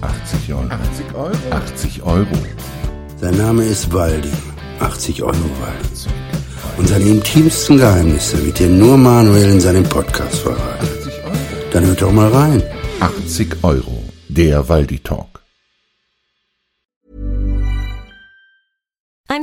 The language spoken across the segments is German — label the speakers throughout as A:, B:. A: 80 Euro.
B: 80 Euro.
A: 80 Euro.
C: Sein Name ist Waldi. 80 Euro Waldi. Und seine intimsten Geheimnisse wird dir nur Manuel in seinem Podcast verraten. Dann hört doch mal rein.
A: 80 Euro. Der Waldi Talk.
D: I'm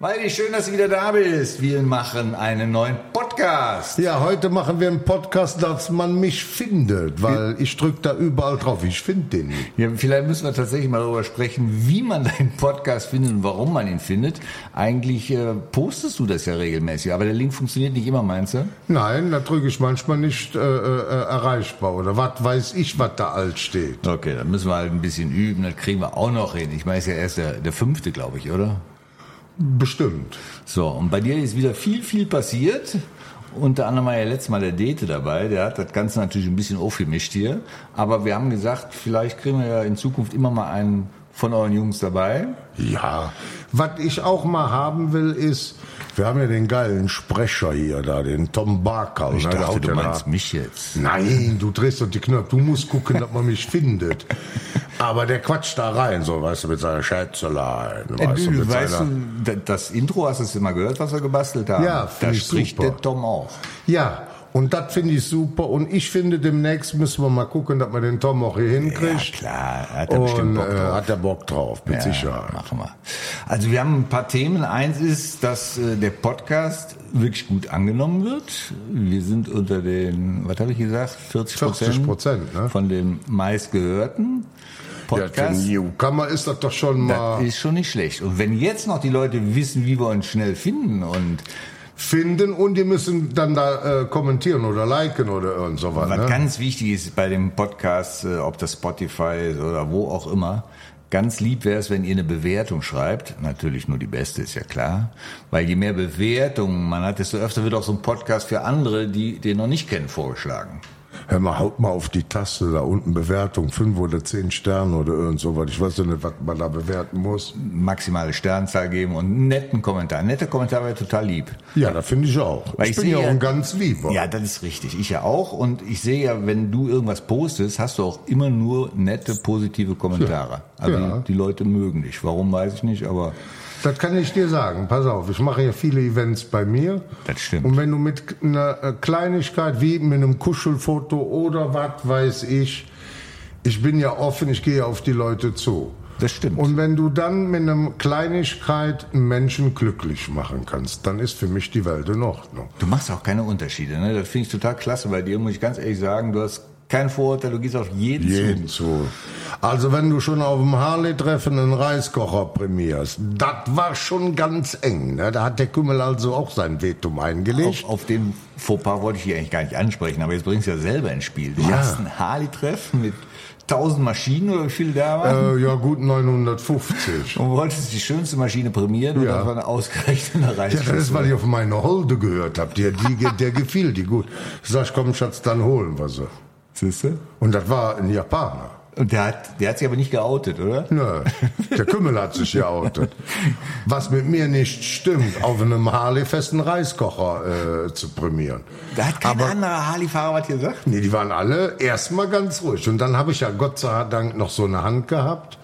E: Waldi, schön, dass du wieder da bist. Wir machen einen neuen Podcast.
B: Ja, heute machen wir einen Podcast, dass man mich findet, weil ich drück da überall drauf. Ich finde den nicht.
E: Ja, vielleicht müssen wir tatsächlich mal darüber sprechen, wie man deinen Podcast findet und warum man ihn findet. Eigentlich äh, postest du das ja regelmäßig, aber der Link funktioniert nicht immer, meinst du?
B: Nein, da drücke ich manchmal nicht äh, äh, erreichbar oder was weiß ich, was da alt steht.
E: Okay, dann müssen wir halt ein bisschen üben, das kriegen wir auch noch hin. Ich meine, es ist ja erst der, der fünfte, glaube ich, oder?
B: Bestimmt.
E: So, und bei dir ist wieder viel, viel passiert. Unter anderem war ja letztes Mal der Dete dabei, der hat das Ganze natürlich ein bisschen aufgemischt hier. Aber wir haben gesagt, vielleicht kriegen wir ja in Zukunft immer mal einen von euren Jungs dabei.
B: Ja. Was ich auch mal haben will, ist, wir haben ja den geilen Sprecher hier da, den Tom Barker.
E: Ich
B: ne, der
E: dachte,
B: haut
E: du
B: ja da-
E: meinst mich jetzt.
B: Nein, du drehst doch die Knöpfe, du musst gucken, dass man mich findet. Aber der quatscht da rein, so, weißt du, mit seiner Schätzelein.
E: Weißt du,
B: mit
E: weißt
B: seiner-
E: du, da- das Intro hast du es immer gehört, was wir gebastelt haben?
B: Ja,
E: da
B: finde ich
E: spricht
B: super.
E: der Tom auch.
B: Ja, und das finde ich super. Und ich finde, demnächst müssen wir mal gucken, dass man den Tom auch hier hinkriegt.
E: klar, hat er bestimmt
B: Und
E: Bock
B: äh,
E: drauf.
B: hat er Bock drauf, mit Sicherheit.
E: Machen wir. Also wir haben ein paar Themen. Eins ist, dass äh, der Podcast wirklich gut angenommen wird. Wir sind unter den, was habe ich gesagt, 40
B: 40 Prozent, ne?
E: von dem meistgehörten
B: Ja,
E: Podcast.
B: für Newcomer ist das doch schon mal.
E: das ist schon nicht schlecht. Und wenn jetzt noch die Leute wissen, wie wir uns schnell finden und
B: finden und die müssen dann da äh, kommentieren oder liken oder irgend sowas.
E: Was
B: Ne?
E: ganz wichtig ist bei dem Podcast, äh, ob das Spotify ist oder wo auch immer, ganz lieb wäre es, wenn ihr eine Bewertung schreibt. Natürlich nur die beste, ist ja klar. Weil je mehr Bewertungen man hat, desto öfter wird auch so ein Podcast für andere, die den noch nicht kennen, vorgeschlagen.
B: Hör mal, haut mal auf die Taste da unten Bewertung, fünf oder zehn Sterne oder irgend sowas. Ich weiß ja nicht, was man da bewerten muss.
E: Maximale Sternzahl geben und einen netten Kommentar. Netter Kommentar wäre total lieb.
B: Ja, das finde ich auch.
E: Weil
B: ich,
E: ich
B: bin ja auch
E: sehe-
B: ein ganz Lieber.
E: Ja, das ist richtig. Ich ja auch. Und ich sehe ja, wenn du irgendwas postest, hast du auch immer nur nette, positive Kommentare. Also
B: Ja.
E: die, die Leute mögen dich. Warum weiß ich nicht, aber
B: Das kann ich dir sagen. Pass auf, ich mache ja viele Events bei mir.
E: Das stimmt.
B: Und wenn du mit einer äh, Kleinigkeit wie mit einem Kuschelfoto oder was weiß ich, ich bin ja offen, ich gehe auf die Leute zu.
E: das stimmt.
B: Und wenn du dann mit einer Kleinigkeit einen Menschen glücklich machen kannst, dann ist für mich die Welt in Ordnung.
E: Du machst auch keine Unterschiede, ne? Das finde ich total klasse bei dir, muss ich ganz ehrlich sagen. Du hast kein Vorurteil, du gehst auf jeden,
B: Jeden
E: zu.
B: zu. Also wenn du schon auf dem Harley-Treffen einen Reiskocher prämierst, das war schon ganz eng. Ne? Da hat der Kümmel also auch sein Vetum eingelegt.
E: Auf, auf den Fauxpas wollte ich hier eigentlich gar nicht ansprechen, aber jetzt bringst du ja selber ins Spiel. Du
B: Ja.
E: hast einen Harley-Treff mit 1000 Maschinen oder wie viele da waren
B: Äh, ja, gut 950.
E: und wolltest die schönste Maschine prämieren und
B: Ja.
E: das war eine ausgerechnete Reise.
B: Ja, das ist, weil ich auf meine Holde gehört habe. Die, die, ge- der gefiel die gut. Ich sag, komm, Schatz, dann holen wir sie.
E: Siehste?
B: Und das war ein Japaner.
E: Und der hat, der hat sich aber nicht geoutet, oder?
B: Nö, der Kümmel hat sich geoutet. Was mit mir nicht stimmt, auf einem Harley festen Reiskocher äh, zu prämieren.
E: Da hat kein anderer Harley-Fahrer was gesagt.
B: Nee, die waren alle erstmal ganz ruhig. Und dann habe ich ja Gott sei Dank noch so eine Hand gehabt,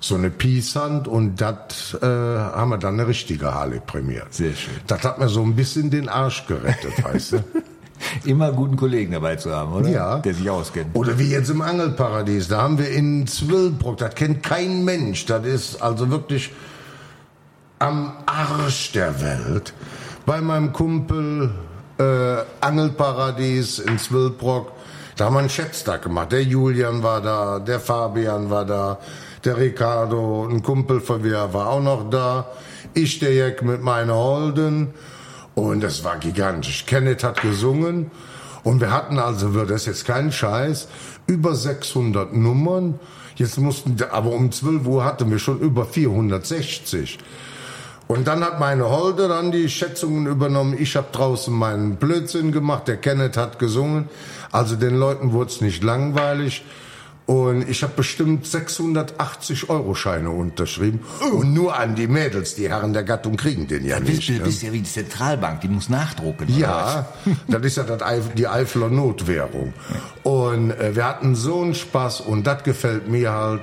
B: so eine Peace-Hand. Und das äh, haben wir dann eine richtige Harley prämiert.
E: Sehr schön.
B: Das hat mir so ein bisschen den Arsch gerettet, weißt du?
E: Immer guten Kollegen dabei zu haben, oder?
B: Ja.
E: Der sich auskennt.
B: Oder wie jetzt im Angelparadies, da haben wir in Zwillbrock, das kennt kein Mensch, das ist also wirklich am Arsch der Welt. Bei meinem Kumpel äh, Angelparadies in Zwillbrock, da haben wir einen Schätztag gemacht. Der Julian war da, der Fabian war da, der Ricardo, ein Kumpel von mir war auch noch da. Ich, der Jack mit meiner Holden. Und das war gigantisch. Kenneth hat gesungen Und wir hatten also, das ist jetzt kein Scheiß, über 600 Nummern. Jetzt mussten, aber um 12 Uhr hatten wir schon über 460. Und dann hat meine Holde dann die Schätzungen übernommen. Ich habe draußen meinen Blödsinn gemacht. Der Kenneth hat gesungen. Also den Leuten wurde es nicht langweilig. Und ich habe bestimmt 680 Euro Scheine unterschrieben. Und nur an die Mädels. Die Herren der Gattung kriegen den ja
E: Du
B: nicht.
E: bist, du
B: Ne?
E: bist ja wie die Zentralbank, die muss nachdrucken. oder
B: Ja, das ist ja das Eif die Eifeler Notwährung. Und äh, wir hatten so einen Spaß und das gefällt mir halt,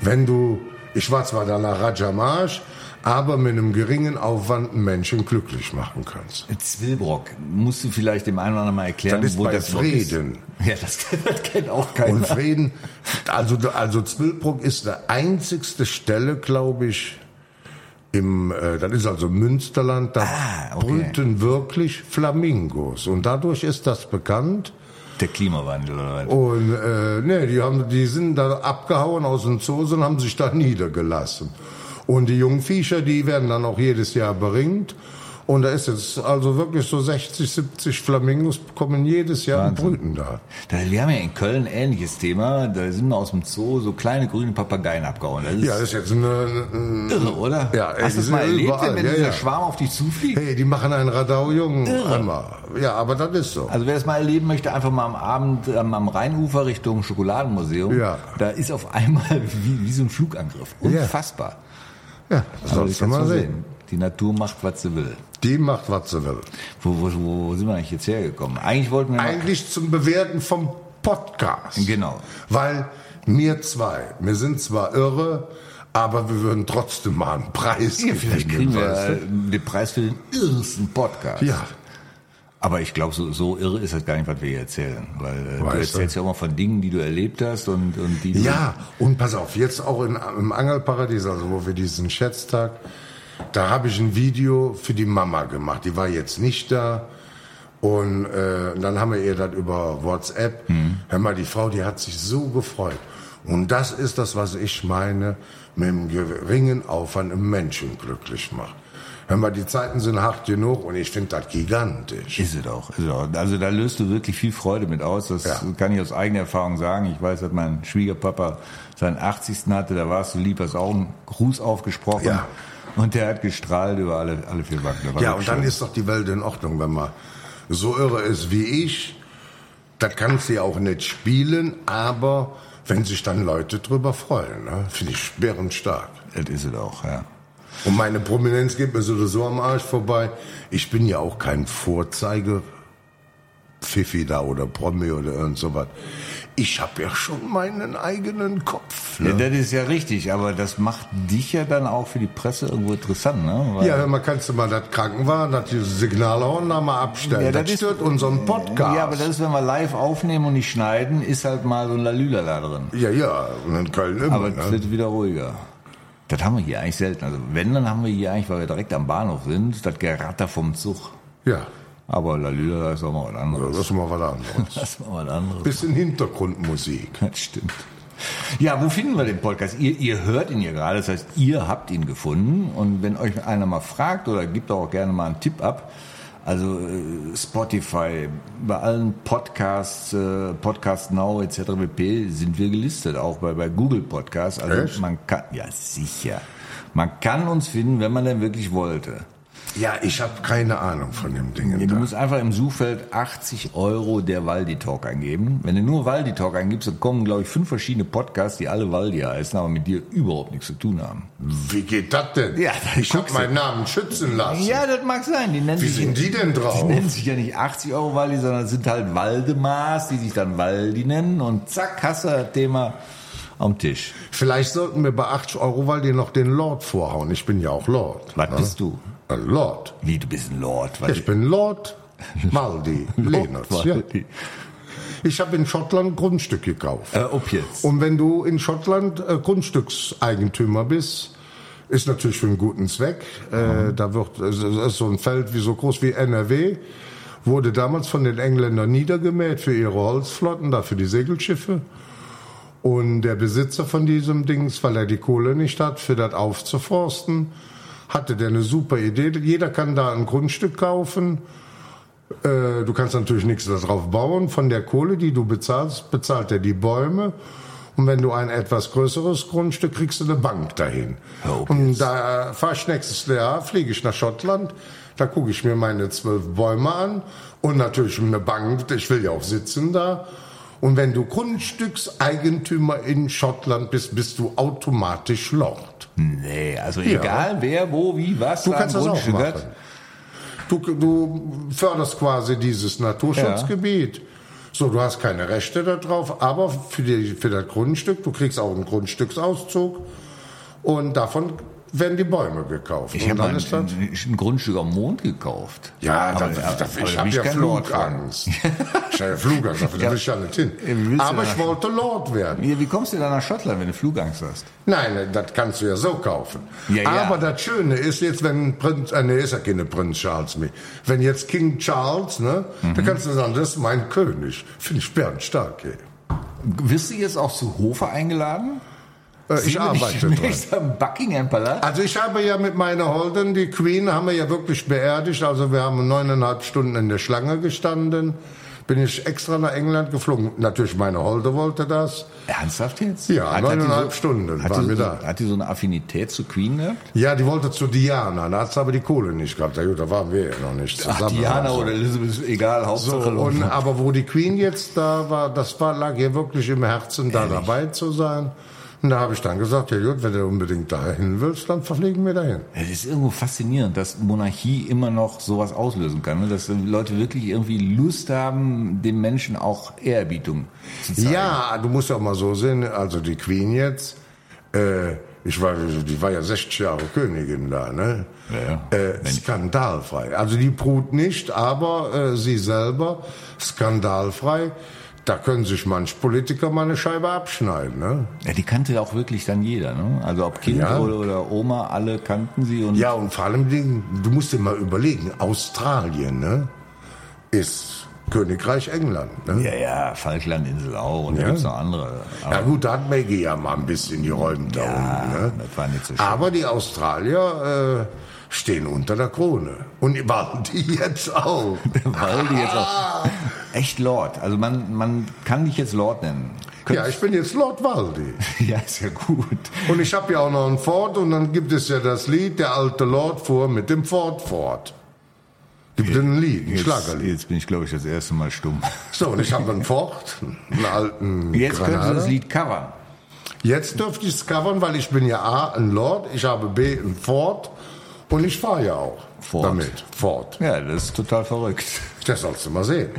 B: wenn du, ich war zwar danach Rajamarsch, aber mit einem geringen Aufwand einen Menschen glücklich machen kannst.
E: was? Äh, Zwillbrock, musst du vielleicht dem einen oder anderen mal erklären,
B: Das ist
E: wo
B: bei
E: das Loch ist.
B: Frieden.
E: Ja, das, das kennt auch keiner.
B: Und Frieden, also, also Zwillbruck ist der einzigste Stelle, glaube ich, im, äh, das ist also Münsterland, da
E: Ah, okay.
B: brüten wirklich Flamingos. Und dadurch ist das bekannt.
E: Der Klimawandel oder was?
B: Und äh, nee, die haben, die sind da abgehauen aus den Zoos und haben sich da niedergelassen. Und die jungen Viecher, die werden dann auch jedes Jahr beringt. Und da ist jetzt also wirklich so 60, 70 Flamingos kommen jedes Jahr und brüten da.
E: Da, wir haben ja in Köln ein ähnliches Thema. Da sind wir aus dem Zoo so kleine grüne Papageien abgehauen. Das ist
B: Ja, das ist jetzt eine, eine
E: irre, oder?
B: Ja,
E: Hast du
B: ey, die
E: das
B: sind
E: mal erlebt,
B: überall.
E: wenn
B: Ja,
E: dieser
B: ja.
E: Schwarm auf dich zufliegt?
B: hey, die machen einen Radaujungen immer. Ja, aber das ist so.
E: Also wer es mal erleben möchte, einfach mal am Abend ähm, am Rheinufer Richtung Schokoladenmuseum.
B: Ja.
E: Da ist auf einmal wie, wie so ein Flugangriff.
B: Ja.
E: Unfassbar.
B: ja,
E: Also ich
B: sollst du
E: kann's
B: mal
E: nur
B: sehen.
E: Die Natur macht, was sie will.
B: Die macht, was sie will.
E: Wo, wo, wo sind wir eigentlich jetzt hergekommen? Eigentlich wollten wir... mal-
B: Eigentlich zum Bewerten vom Podcast.
E: Genau.
B: Weil wir zwei, wir sind zwar irre, aber wir würden trotzdem mal einen Preis
E: Ja, vielleicht
B: gewinnen,
E: kriegen wir
B: weißt
E: äh, den Preis für den irrsten Podcast.
B: du? halt. Ja,
E: Aber ich glaube, so, so irre ist das gar nicht, was wir hier erzählen. Weil äh, du
B: Weißt du.
E: erzählst ja auch mal von Dingen, die du erlebt hast und, und die du...
B: ja, und pass auf, jetzt auch in, im Angelparadies, also wo wir diesen Schätztag, da habe ich ein Video für die Mama gemacht. Die war jetzt nicht da. Und äh, dann haben wir ihr das über WhatsApp. Hör mal, die Frau, die hat sich so gefreut. Und das ist das, was ich meine, mit dem geringen Aufwand einen Menschen glücklich macht. Hör mal, die Zeiten sind hart genug und ich finde das gigantisch.
E: Ist es auch. Ist es auch. Also da löst du wirklich viel Freude mit aus. Das
B: Ja.
E: kann ich aus eigener Erfahrung sagen. Ich weiß, dass mein Schwiegerpapa seinen 80. hatte, da warst du lieb, hast auch einen Gruß aufgesprochen.
B: Ja.
E: Und der hat gestrahlt über alle, alle vier Backen. Das war
B: Ja,
E: wirklich
B: und dann
E: schön.
B: ist doch die Welt in Ordnung, wenn man so irre ist wie ich. Da kannst du ja auch nicht spielen, aber wenn sich dann Leute drüber freuen, ne? finde ich bärenstark.
E: Das ist es auch, ja.
B: Und meine Prominenz geht mir sowieso am Arsch vorbei. Ich bin ja auch kein Vorzeige. Pfiffi da oder Promi oder irgend sowas. Ich habe ja schon meinen eigenen Kopf.
E: ja.
B: Ne?
E: Das ist ja richtig, aber das macht dich ja dann auch für die Presse irgendwo interessant, ne? Weil-
B: Ja, hör mal, kannst du mal das Krankenwagen, das Signalhorn da mal abstellen?
E: Ja,
B: das,
E: das ist-
B: stört unseren Podcast.
E: Ja, aber das ist, wenn wir live aufnehmen und nicht schneiden, ist halt mal so ein Lalüla da drin.
B: Ja, ja, und in Köln immer.
E: Aber es
B: ne?
E: wird wieder ruhiger. Das haben wir hier eigentlich selten. Also wenn, dann haben wir hier eigentlich, weil wir direkt am Bahnhof sind, das Geratter vom Zug.
B: Ja,
E: Aber Lalüla, da ist auch mal was
B: das
E: anderes.
B: ist mal was anderes.
E: Das ist mal was anderes.
B: Bisschen Hintergrundmusik.
E: Das stimmt. Ja, wo finden wir den Podcast? Ihr, ihr hört ihn ja gerade, das heißt, ihr habt ihn gefunden. Und wenn euch einer mal fragt oder gibt auch gerne mal einen Tipp ab, also äh, Spotify, bei allen Podcasts, äh, Podcast Now etc. pp. sind wir gelistet, auch bei, bei Google Podcasts. Also
B: Echt?
E: man kann, ja sicher, man kann uns finden, wenn man denn wirklich wollte.
B: Ja, ich habe keine Ahnung von dem Ding.
E: Ja, du
B: da.
E: musst einfach im Suchfeld 80 Euro der Waldi Talk eingeben. Wenn du nur Waldi Talk eingibst, dann kommen, glaube ich, fünf verschiedene Podcasts, die alle Waldi heißen, aber mit dir überhaupt nichts zu tun haben.
B: Wie geht das denn?
E: Ja, da
B: ich habe
E: guckst du.
B: meinen Namen schützen lassen.
E: das mag sein. Die nennen
B: Wie sind die denn drauf?
E: Die nennen sich ja nicht 80 Euro Waldi, sondern sind halt Waldemars, die sich dann Waldi nennen und zack, hast du das Thema am Tisch.
B: Vielleicht sollten wir bei 80 Euro, weil die noch den Lord vorhauen. Ich bin ja auch Lord.
E: Was bist du?
B: Äh, Lord.
E: Wie, du bist ein Lord.
B: Ja, ich bin Lord Maldi Lenartz. Ja.
E: Waldi.
B: Ich habe in Schottland Grundstück gekauft.
E: Äh, ob jetzt.
B: Und wenn du in Schottland äh, Grundstückseigentümer bist, ist natürlich für einen guten Zweck. Äh, da wird es ist so ein Feld wie so groß wie NRW wurde damals von den Engländern niedergemäht für ihre Holzflotten, da für die Segelschiffe. Und der Besitzer von diesem Dings, weil er die Kohle nicht hat, für das aufzuforsten, hatte der eine super Idee. Jeder kann da ein Grundstück kaufen Äh, du kannst natürlich nichts darauf bauen. Von der Kohle, die du bezahlst, bezahlt er die Bäume. Und wenn du ein etwas größeres Grundstück kriegst, du eine Bank dahin. Und da fahr ich nächstes Jahr, fliege ich nach Schottland, da gucke ich mir meine zwölf Bäume an und natürlich eine Bank, ich will ja auch sitzen da. Und wenn du Grundstückseigentümer in Schottland bist, bist du automatisch Lord.
E: Nee, also egal wer, wo, wie, was,
B: Du
E: da
B: kannst
E: ein
B: das auch
E: Grundstück
B: machen. Du, du förderst quasi dieses Naturschutzgebiet. So, du hast keine Rechte darauf, aber für, die, für das Grundstück, du kriegst auch einen Grundstücksauszug und davon werden die Bäume gekauft.
E: Ich
B: und
E: habe
B: dann
E: ein,
B: ist das,
E: ein, ein Grundstück am Mond gekauft.
B: ja,
E: Aber-
B: dann,
E: aber- aber
B: ich
E: bin
B: habe ja
E: kein Lord von.
B: Flugangst. Ich habe ja Flugangst, dafür will ich ja nicht hin.
E: willst
B: Aber
E: ja-
B: ich wollte Lord werden.
E: Wie, wie kommst du denn nach Schottland, wenn du Flugangst hast?
B: Nein, das kannst du ja so kaufen.
E: Ja, ja.
B: Aber das Schöne ist jetzt, wenn Prinz, äh, nee, ist ja keine Prinz Charles mehr. Wenn jetzt King Charles, ne,
E: Mhm.
B: da kannst du sagen, das ist mein König. Finde ich bärenstark, ey.
E: Wirst du jetzt auch zu Hofe eingeladen?
B: Äh, ich arbeite dran.
E: demnächst am Buckingham Palast.
B: Also ich habe ja mit meiner Holden, die Queen, haben wir ja wirklich beerdigt. Also wir haben neuneinhalb Stunden in der Schlange gestanden. Bin ich extra nach England geflogen. Natürlich meine Holde wollte das.
E: Ernsthaft jetzt?
B: Ja,
E: die
B: neuneinhalb Stunden
E: hat
B: waren
E: die,
B: wir
E: so-
B: da.
E: Hat die so eine Affinität zu Queen gehabt?
B: Ja, die wollte zu Diana. Da hat sie aber die Kohle nicht gehabt. Ja gut, da waren wir ja noch nicht zusammen.
E: Ach, Diana
B: Also.
E: oder Elizabeth, egal,
B: So,
E: Hauptsache
B: und,
E: London.
B: aber wo die Queen jetzt da war, das war, lag ihr wirklich im Herzen, da dabei zu sein. Und da habe ich dann gesagt, ja gut, wenn du unbedingt dahin willst, dann verfliegen wir dahin.
E: Es ist irgendwo faszinierend, dass Monarchie immer noch sowas auslösen kann. Ne? Dass Leute wirklich irgendwie Lust haben, dem Menschen auch Ehrerbietung zu zeigen.
B: Ja, du musst ja auch mal so sehen, also die Queen jetzt, äh, ich war, die war ja 60 Jahre Königin da, ne?
E: Ja, ja.
B: Äh, skandalfrei. Also die Brut nicht, aber äh, sie selber skandalfrei. Da können sich manch Politiker mal eine Scheibe abschneiden, ne?
E: Ja, die kannte auch wirklich dann jeder, ne? Also ob Kind
B: Ja.
E: oder, oder Oma, alle kannten sie und
B: Ja, und vor allem, Dingen, du musst dir mal überlegen, Australien ne, ist Königreich England. Ne?
E: ja, ja Falklandinsel auch und da
B: Ja.
E: gibt's noch andere.
B: Ja gut, da hat Maggie ja mal ein bisschen geräumt da
E: Ah,
B: unten. Ne?
E: das war nicht so schön.
B: Aber die Australier äh, stehen unter der Krone. Und waren die jetzt auch.
E: Weil die jetzt auch, echt Lord. Also man, man kann dich jetzt Lord nennen.
B: Ja, ich bin jetzt Lord Waldi.
E: Ja, ist ja gut.
B: Und ich habe ja auch noch einen Ford und dann gibt es ja das Lied, der alte Lord fuhr mit dem Ford fort. Gibt ein Lied, ein
E: Jetzt,
B: Schlagerlied.
E: jetzt bin ich, glaube ich, das erste Mal stumm.
B: So, und ich habe einen Ford, einen alten
E: Jetzt könntest
B: Granada.
E: du das Lied covern.
B: Jetzt dürfte ich es covern, weil ich bin ja A, ein Lord, ich habe B, ein Ford und ich fahre ja auch
E: Ford.
B: damit. Ford.
E: Ja, das ist total verrückt.
B: Das sollst du mal sehen.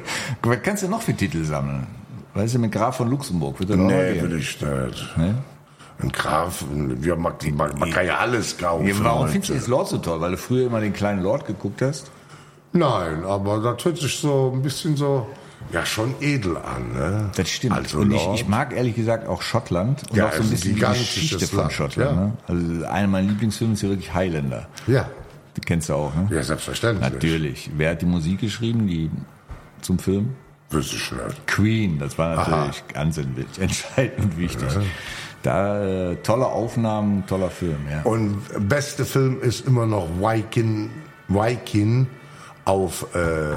E: Was kannst du noch für Titel sammeln? Weißt du, mit Graf von Luxemburg wird er noch
B: Nee,
E: gehen.
B: will ich nicht. Ein Graf, ein- ja, man, man, man kann ja alles kaufen.
E: Ja, warum
B: heute.
E: findest du jetzt Lord so toll? Weil du früher immer den kleinen Lord geguckt hast?
B: Nein, aber das hört sich so ein bisschen so, ja, schon edel an. Ne?
E: Das stimmt.
B: Also
E: und ich,
B: Lord.
E: ich mag ehrlich gesagt auch Schottland und
B: Ja,
E: auch so ein
B: es ist ein
E: bisschen die
B: gigantisches
E: Geschichte von
B: Land,
E: Schottland.
B: ja.
E: Ne? Also einer meiner Lieblingsfilme ist ja wirklich Highlander.
B: ja.
E: Die kennst du auch, ne?
B: ja, selbstverständlich.
E: Natürlich. Wer hat die Musik geschrieben, die zum Film?
B: Wüsste ich nicht.
E: Queen, das war natürlich ganz entwi- entscheidend und wichtig. Da äh, tolle Aufnahmen, toller Film, ja.
B: Und beste Film ist immer noch Viking, Viking auf, äh,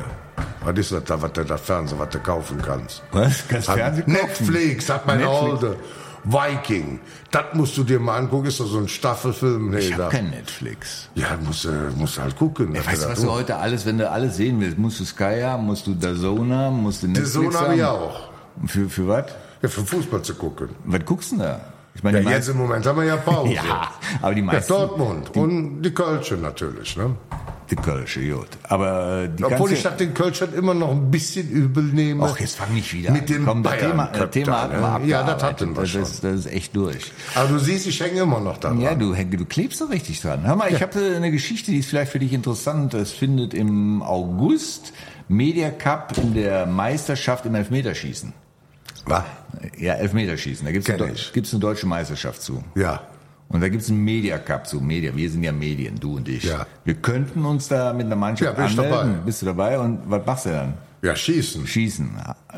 B: was ist das da, was du da Fernsehen, was du kaufen kannst?
E: Was? Kannst
B: Hat
E: Fernsehen gucken?
B: Netflix hat meine
E: Netflix.
B: Holde. Viking. Das musst du dir mal angucken. Ist das so ein Staffelfilm? Nee,
E: Ich
B: da.
E: habe kein Netflix.
B: Ja, musst, äh, musst halt
E: Ja,
B: gucken. dass
E: weißt du,
B: das
E: was du
B: tust.
E: heute alles, wenn du alles sehen willst, musst du Sky haben, musst du DAZN haben, musst du
B: Die
E: Netflix
B: Sohn habe
E: haben.
B: ich auch.
E: Für, für was?
B: Ja, für Fußball zu gucken.
E: Was guckst du denn da? Ich meine,
B: Ja,
E: die
B: jetzt im Moment haben wir ja Pause.
E: meisten, ja, aber die
B: Ja,
E: meisten,
B: Dortmund und die Kölsche natürlich. Ne?
E: die Kölsche, gut. Aber äh, die
B: Obwohl
E: ganze,
B: ich das den Kölschern immer noch ein bisschen übel nehme.
E: Och, jetzt fang nicht wieder
B: Mit
E: an.
B: dem
E: Komm, das
B: Bayern
E: Thema, das Thema hatten wir
B: ne? Ja, das
E: abgearbeitet.
B: hatten wir
E: das,
B: schon.
E: ist, das ist echt durch.
B: Also du siehst, ich hänge immer noch daran.
E: Ja, du, Henke, du klebst so richtig dran. Hör mal, ich habe äh, eine Geschichte, die ist vielleicht für dich interessant. Es findet im August Media Cup in der Meisterschaft im Elfmeterschießen.
B: Was?
E: Ja, Elfmeterschießen. Da gibt's eine,
B: Kenn
E: Deu-
B: ich.
E: gibt's eine deutsche Meisterschaft zu.
B: Ja.
E: Und da gibt's einen Media Cup zu. Media, wir sind ja Medien, du und ich.
B: Ja.
E: Wir könnten uns da mit einer Mannschaft
B: Ja, bin ich
E: anmelden.
B: dabei.
E: Bist du dabei? Und was machst du dann?
B: Ja, schießen.
E: Schießen.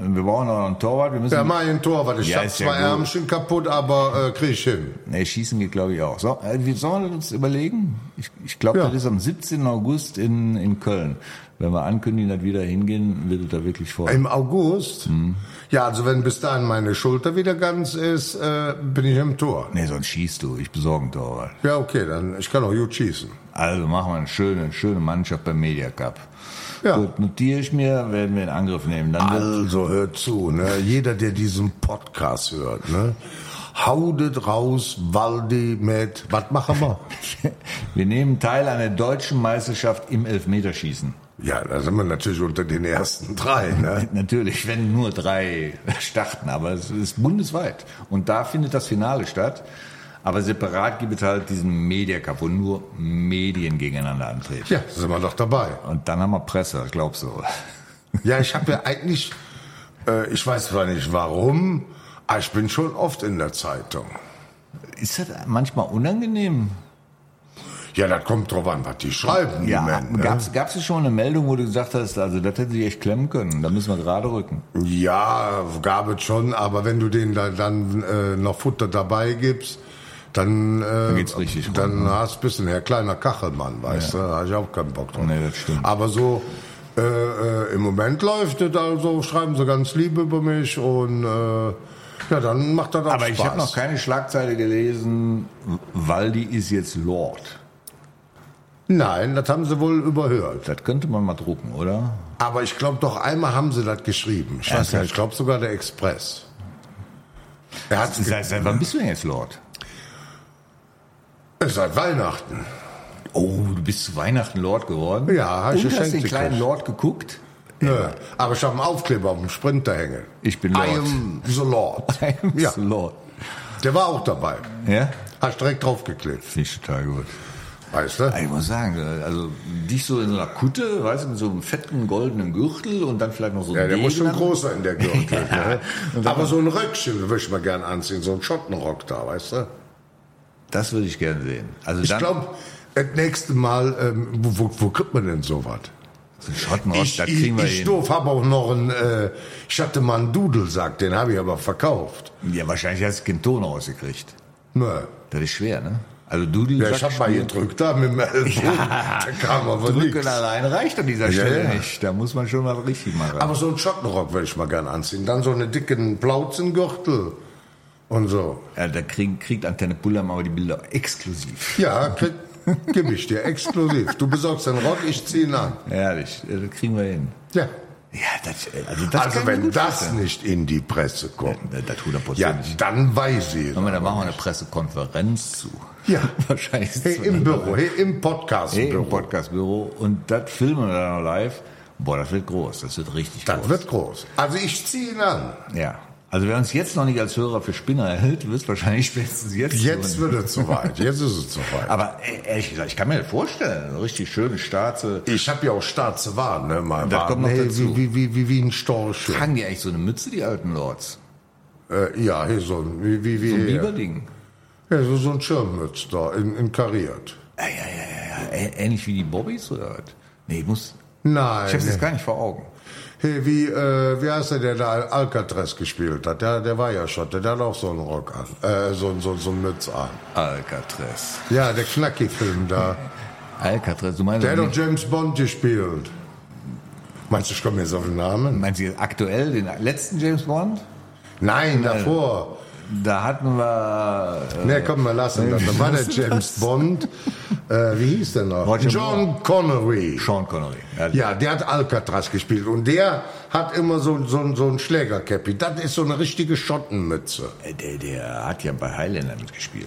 E: Wir brauchen auch noch einen Torwart. Wir müssen
B: Ja, mein Tor, weil ich
E: Ja,
B: hab
E: ist ja
B: zwei
E: gut.
B: Ärmchen kaputt, aber äh, krieg ich hin.
E: Nee, schießen geht, glaube ich, auch. So, äh, wir sollen uns überlegen. Ich, ich glaube,
B: Ja.
E: das ist am 17. August in, in Köln. Wenn wir ankündigen, dass wir da hingehen, wird es da wirklich vor.
B: Im August?
E: Hm.
B: Ja, also wenn bis dahin meine Schulter wieder ganz ist, äh, bin ich im Tor.
E: Nee, sonst schießt du. Ich besorge einen Torwart.
B: Ja, okay, dann ich kann auch gut schießen.
E: Also machen wir eine schöne, schöne Mannschaft beim Media Cup.
B: Ja.
E: Gut, notiere ich mir, werden wir in Angriff nehmen. Dann wird-
B: Also hört zu, ne? jeder, der diesen Podcast hört, ne? haudet raus, Waldi mit, was machen wir?
E: wir nehmen teil an der deutschen Meisterschaft im Elfmeterschießen.
B: Ja, da sind wir natürlich unter den ersten drei. Ne?
E: Natürlich, wenn nur drei starten, aber es ist bundesweit. Und da findet das Finale statt. Aber separat gibt es halt diesen Media Cup, wo nur Medien gegeneinander antreten.
B: Ja, sind wir doch dabei.
E: Und dann haben wir Presse, glaubst du.
B: Ja, ich habe ja eigentlich, äh, ich weiß zwar nicht warum, aber ich bin schon oft in der Zeitung.
E: Ist das manchmal unangenehm?
B: Ja, das kommt drauf an, was die schreiben. ne? die
E: Ja,
B: Männer.
E: gab es schon eine Meldung, wo du gesagt hast, also das hätte sich echt klemmen können, da müssen wir gerade rücken.
B: Ja, gab es schon, aber wenn du denen da, dann äh, noch Futter dabei gibst, dann, äh, dann,
E: geht's richtig ne? rund,
B: dann hast du ein bisschen Herr kleiner Kachelmann, weißt du, da hab ich auch keinen Bock drauf.
E: Nee, das stimmt.
B: Aber so äh, äh, im Moment läuft es, also schreiben sie ganz lieb über mich und äh, ja, dann macht das auch
E: Aber
B: Spaß.
E: ich habe noch keine Schlagzeile gelesen, Waldi ist jetzt Lord.
B: Nein, das haben sie wohl überhört.
E: Das könnte man mal drucken, oder?
B: Aber ich glaube, doch einmal haben sie das geschrieben. Ich weiß nicht, ich glaube sogar der Express. Er hat
E: Das heißt, wann bist du denn jetzt Lord?
B: es seit Weihnachten.
E: Oh, du bist zu Weihnachten Lord geworden?
B: Ja, hab ich
E: Und hast
B: geschenkt
E: den kleinen
B: gekriegt.
E: Lord geguckt?
B: Nö, aber ich habe einen Aufkleber auf dem Sprinter hängen.
E: Ich bin Lord.
B: I am the Lord.
E: I am
B: ja,
E: Lord.
B: der war auch dabei.
E: Ja?
B: Hast direkt draufgeklickt,
E: Finde ich total gut. Ah,
B: weißt du?
E: Ich muss sagen, also dich so in so einer Kutte, weißt du, mit so einem fetten goldenen Gürtel und dann vielleicht noch so
B: Ja,
E: ein
B: der muss schon
E: Degen.
B: groß sein, der Gürtel. ne? Aber so ein Röckchen würde ich mir gerne anziehen, so ein Schottenrock da, weißt du?
E: Das würde ich gerne sehen. Also
B: Ich
E: dann
B: glaube, das nächste Mal, ähm, wo, wo, wo kriegt man denn sowas?
E: so ein Schottenrock,
B: Ich,
E: Oh, da
B: ich,
E: kriegen wir
B: ich
E: hin.
B: doof habe auch noch einen, äh, ich hatte mal einen Dudelsack, den habe ich aber verkauft.
E: Ja, wahrscheinlich hast du keinen Ton rausgekriegt.
B: Nö.
E: Das ist schwer, ne? Also du, du
B: Ja, ich habe mal gedrückt da mit dem Ellbogen, da kam aber
E: Drücken
B: nichts.
E: allein reicht an dieser Stelle
B: ja.
E: nicht. Da muss man schon mal richtig machen.
B: Aber so einen Schottenrock würde ich mal gern anziehen. Dann so einen dicken Plauzengürtel und so.
E: ja, da krieg, kriegt Antenne Pullheim aber die Bilder exklusiv.
B: Ja, krieg, gib ich dir, exklusiv. Du besorgst den Rock, ich zieh ihn an.
E: Ehrlich, äh, das kriegen wir hin.
B: Ja.
E: Ja, das, also das kann
B: Also
E: ich mir
B: wenn
E: gut
B: das
E: vorstellen.
B: nicht in die Presse kommt,
E: Äh, Das 100
B: ja,
E: Prozent.
B: dann weiß ich. es.
E: da machen wir eine Pressekonferenz zu.
B: Ja.
E: Wahrscheinlich. ist
B: Hey,
E: es dann-
B: im Büro, hey, im
E: Hey, im
B: Podcastbüro.
E: Podcastbüro. Und das filmen wir dann noch live. Boah, das wird groß. Das wird richtig
B: Das
E: groß.
B: wird groß. Also ich zieh ihn an.
E: Ja. Also wer uns jetzt noch nicht als Hörer für Spinner hält, wird wahrscheinlich spätestens jetzt.
B: Jetzt
E: tun.
B: wird es soweit. Jetzt ist es soweit.
E: Aber äh, ehrlich gesagt, ich kann mir das vorstellen. Eine richtig schöne Staatse.
B: ich habe ja auch schwarze Waren, ne? Mal
E: Das
B: Waren.
E: kommt noch
B: hey,
E: dazu.
B: Wie, wie, wie, wie ein Storch.
E: Tragen die eigentlich so eine Mütze, die alten Lords?
B: Äh, ja, hier so ein, wie, wie, wie,
E: So ein
B: hier.
E: Biberding.
B: Ja, so, so ein Schirmmütz da, in, in kariert.
E: Ja, ja, ja, ja, ja. Ä- Ähnlich wie die Bobbys oder was? Nee, ich muss.
B: Nein.
E: Ich hab's jetzt gar nicht vor Augen.
B: Hey, wie, äh, wie heißt der, der da Alcatraz gespielt hat? Der, der war ja Schotte, der hat auch so einen Rock an, äh, so, so, so einen Mütz an.
E: Alcatraz.
B: Ja, der Knacki-Film da.
E: Alcatraz, du meinst.
B: Der hat
E: nicht-
B: doch James Bond gespielt. Meinst du, ich komme jetzt auf den Namen?
E: Meinst du jetzt aktuell den letzten James Bond?
B: Nein, davor.
E: Da hatten wir. Äh,
B: Ne, komm, wir lassen das. Da war der James Bond. Äh, wie hieß der noch?
E: Roger
B: John Connery.
E: Sean Connery. Ja,
B: Ja, der hat Alcatraz gespielt und der hat immer so, so, so ein Schlägerkäppi. Das ist so eine richtige Schottenmütze.
E: Der, der hat ja bei Highlander mitgespielt.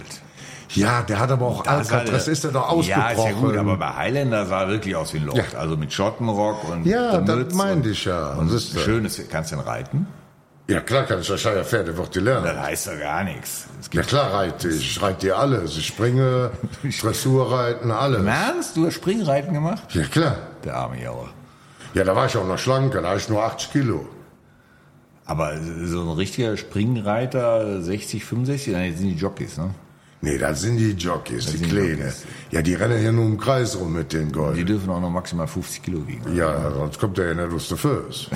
B: Ja, der hat aber auch Alcatraz,
E: sah der-
B: ist er doch
E: Ja,
B: ausgebrochen.
E: ist ja gut, aber bei Highlander sah er wirklich aus wie ein Lord.
B: Ja.
E: Also mit Schottenrock und.
B: Ja,
E: der
B: das
E: Mütze
B: meinte
E: und-
B: ich ja.
E: Und
B: Das ist, äh,
E: schönes, kannst du denn reiten?
B: ja, klar kann ich das Scheier Pferde wird die lernen.
E: Das heißt doch gar nichts. Es
B: Ja,
E: gibt
B: klar reite ich. Ich reite dir alles. Ich springe, Dressurreiten, alles.
E: Im Ernst? Du hast Springreiten gemacht?
B: Ja, klar.
E: Der arme Jaue.
B: Ja, da war ich auch noch schlanker, da hatte ich nur 80 Kilo.
E: Aber so ein richtiger Springreiter, 60, 65, nein, jetzt sind die Jockeys, ne?
B: Nee, das sind die Jockeys, die
E: sind
B: Kleine.
E: Jockeys.
B: Ja, die rennen ja nur im Kreis rum mit den Gold.
E: Die dürfen auch noch maximal 50 Kilo wiegen.
B: Ja, sonst kommt er ja nicht aus der Föß.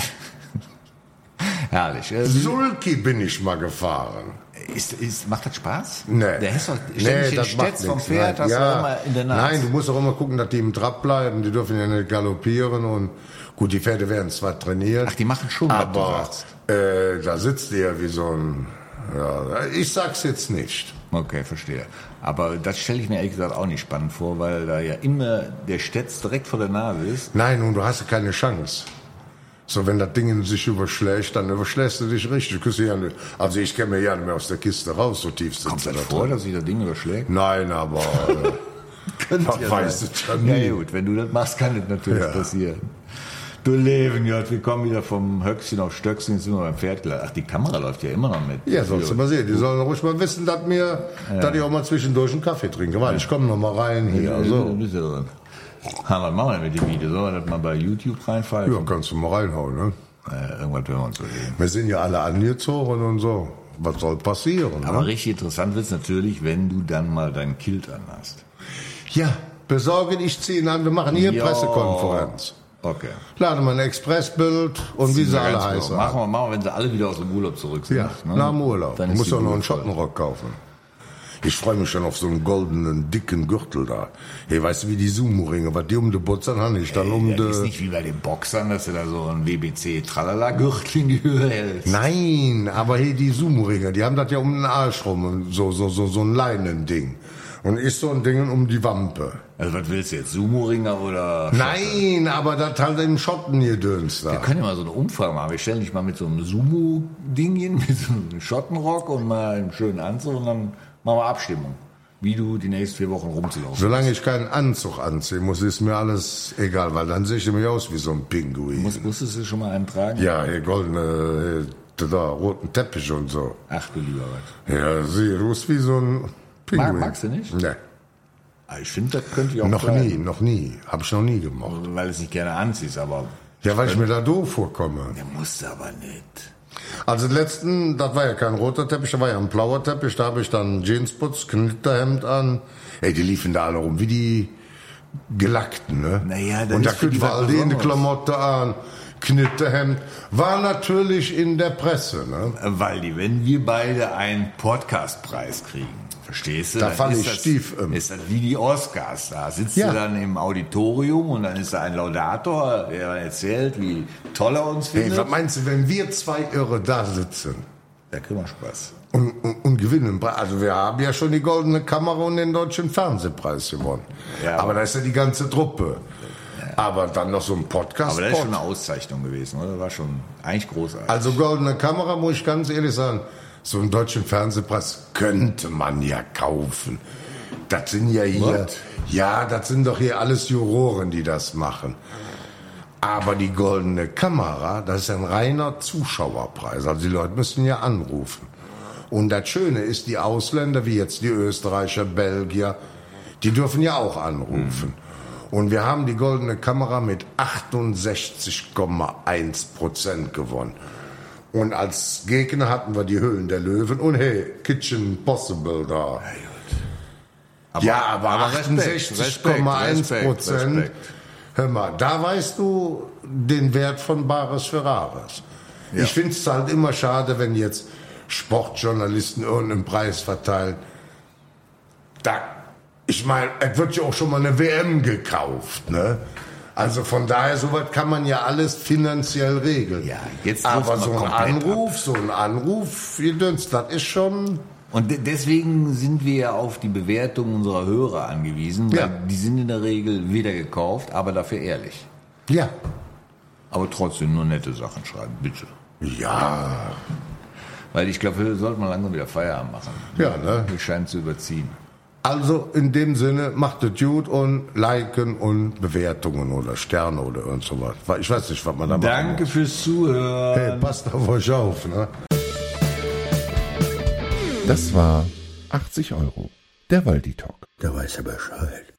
E: Herrlich. Äh,
B: Sulki bin ich mal gefahren.
E: Ist, ist, macht das Spaß?
B: Nee.
E: Der hast doch ständig den Stetz vom
B: nix,
E: Pferd,
B: nein.
E: hast
B: ja.
E: du immer in der Nase.
B: Nein, du musst auch immer gucken, dass die im Trab bleiben. Die dürfen ja nicht galoppieren. Und gut, die Pferde werden zwar trainiert.
E: Ach, die machen schon, was du
B: Aber
E: sagst.
B: äh, da sitzt die ja wie so ein... Ja, ich sag's jetzt nicht.
E: Okay, verstehe. Aber das stelle ich mir ehrlich gesagt auch nicht spannend vor, weil da ja immer der Stetz direkt vor der Nase ist.
B: Nein, und du hast keine Chance. So, wenn das Ding sich überschlägt, dann überschlägst du dich richtig. Du kriegst ja nicht- Also ich käme ja nicht mehr aus der Kiste raus, so tief sitzt
E: Kommt
B: er
E: das
B: da
E: vor,
B: drin.
E: dass sich das Ding überschlägt?
B: Nein, aber... Äh,
E: Könnte
B: Man weiß es ja
E: Ja,
B: nie.
E: gut, wenn du das machst, kann das natürlich
B: Ja.
E: passieren. Du Leben, Gott, wir kommen wieder vom Höchstchen auf Stöckchen, jetzt sind wir beim Pferd gelandet. Ach, die Kamera läuft ja immer noch mit.
B: Ja, sollst du mal sehen. Die sollen ruhig mal wissen, dass, mir, dass ich auch mal zwischendurch einen Kaffee trinke. Warte, ich komme noch mal rein hier.
E: Ja, so.
B: so.
E: Bist du drin. Ha, was machen wir denn mit dem Video? Sollen wir das mal bei YouTube reinfallen?
B: Ja, kannst du mal reinhauen, ne?
E: Äh, irgendwas werden wir uns überlegen.
B: Wir sind ja alle angezogen und so. Was soll passieren?
E: Aber
B: ne?
E: richtig interessant wird es natürlich, wenn du dann mal dein Kilt anhast.
B: Ja, besorgen, ich ziehe ihn an. Wir machen hier
E: Ja.
B: Pressekonferenz.
E: Okay.
B: Lade mal ein Expressbild und wie sie alle heißen.
E: Machen wir, machen wir, wenn sie alle wieder aus dem Urlaub zurück sind.
B: Ja,
E: ne?
B: nach dem Urlaub.
E: Dann
B: Du
E: ist
B: musst
E: die
B: auch noch einen
E: Bude voll.
B: Schottenrock kaufen. Ich freue mich schon auf so einen goldenen, dicken Gürtel da. Hey, weißt du, wie die Sumo-Ringe, was die um die Butzern haben, ich dann um
E: Ja, das ist
B: die...
E: nicht wie bei den Boxern, dass du da so ein WBC-Tralala-Gürtel in die Höhe hältst.
B: Nein, aber hey, die Sumo-Ringer, die haben das ja um den Arsch rum, und so, so, so, so ein Leinending. Und ist so ein Ding um die Wampe.
E: Also was willst du jetzt, Sumo-Ringer oder...
B: Nein, aber das halt im Schotten hier dönst
E: Wir
B: da.
E: können ja mal so eine Umfrage machen. Wir stellen dich mal mit so einem Sumo-Ding hin, mit so einem Schottenrock und mal einem schönen Anzug und dann machen wir Abstimmung, wie du die nächsten vier Wochen rumzulaufen.
B: Solange ich keinen Anzug anziehen muss, ist mir alles egal, weil dann sehe ich nämlich aus wie so ein Pinguin.
E: Muss, musstest du schon mal einen tragen?
B: ja, hier goldene, hier, da, roten Teppich und so.
E: Ach du lieber was.
B: Ja, sieh, du bist wie so ein Pinguin.
E: Mag- magst du nicht?
B: Nee.
E: Ah, Ich finde, das könnte ich auch
B: Noch
E: tragen.
B: nie, noch nie. Hab ich noch nie gemacht.
E: Weil du es nicht gerne anziehst, aber...
B: Ja, weil ich mir da doof vorkomme.
E: Der musst du aber nicht.
B: Also den letzten, das war ja kein roter Teppich, das war ja ein blauer Teppich. Da habe ich dann Jeansputz, Knitterhemd an. Ey, die liefen da alle rum, wie die Gelackten, ne?
E: Naja, dann
B: Und da
E: ist für die
B: kriegt
E: was
B: Walde eine
E: Besonderes.
B: Klamotte an, Knitterhemd. War natürlich in der Presse, ne?
E: Äh, Waldi, wenn wir beide einen Podcastpreis kriegen, verstehst du?
B: Da
E: dann
B: fall
E: ist
B: ich
E: das-
B: stief im.
E: Ist das wie die Oscars. Da sitzt
B: Ja.
E: du dann im Auditorium und dann ist da ein Laudator, der erzählt, wie toll er uns
B: Ey,
E: findet.
B: was meinst du, wenn wir zwei Irre da sitzen?
E: da kriegen wir um Spaß.
B: Und, und, und gewinnen. Also wir haben ja schon die goldene Kamera und den deutschen Fernsehpreis gewonnen.
E: Ja,
B: aber
E: aber-
B: da ist ja die ganze Truppe. Aber dann noch so ein Podcast.
E: Aber das ist schon eine Auszeichnung gewesen, oder? War schon eigentlich großartig.
B: also goldene Kamera, muss ich ganz ehrlich sagen, so einen deutschen Fernsehpreis könnte man ja kaufen. Das sind ja hier,
E: What?
B: ja, das sind doch hier alles Juroren, die das machen. Aber die goldene Kamera, das ist ein reiner Zuschauerpreis. Also die Leute müssen ja anrufen. Und das Schöne ist, die Ausländer, wie jetzt die Österreicher, Belgier, die dürfen ja auch anrufen. Und wir haben die goldene Kamera mit 68,1 Prozent gewonnen. Und als Gegner hatten wir die Höhlen der Löwen und hey, Kitchen Possible da. ja, aber
E: ah, Respekt,
B: 68,1
E: Respekt,
B: Prozent.
E: Respekt.
B: Hör mal, da weißt du den Wert von Bares für Rares.
E: Ja.
B: Ich finde es halt immer schade, wenn jetzt Sportjournalisten irgendeinen Preis verteilen. Da, ich meine, es wird ja auch schon mal eine WM gekauft, ne? Also von daher, sowas kann man ja alles finanziell regeln.
E: Ja, jetzt
B: Aber
E: trifft man
B: so ein
E: komplett ab.
B: Anruf, so ein Anruf, ihr Dünst, das ist schon
E: Und de- deswegen sind wir ja auf die Bewertung unserer Hörer angewiesen.
B: Ja.
E: Weil die sind in der Regel weder gekauft, aber dafür ehrlich.
B: ja,
E: Aber trotzdem nur nette Sachen schreiben, bitte. Ah.
B: ja,
E: Weil ich glaube, wir sollten mal langsam wieder Feierabend machen.
B: ja, ne?
E: Wir scheinen zu überziehen.
B: Also in dem Sinne, macht es gut und liken und Bewertungen oder Sterne oder irgend sowas. Weil Ich weiß nicht, was man da
E: Danke
B: machen
E: fürs Zuhören.
B: muss. Hey, passt auf euch auf, ne?
A: Das war 80 Euro, der Waldi Talk.
C: Da weiß er Bescheid.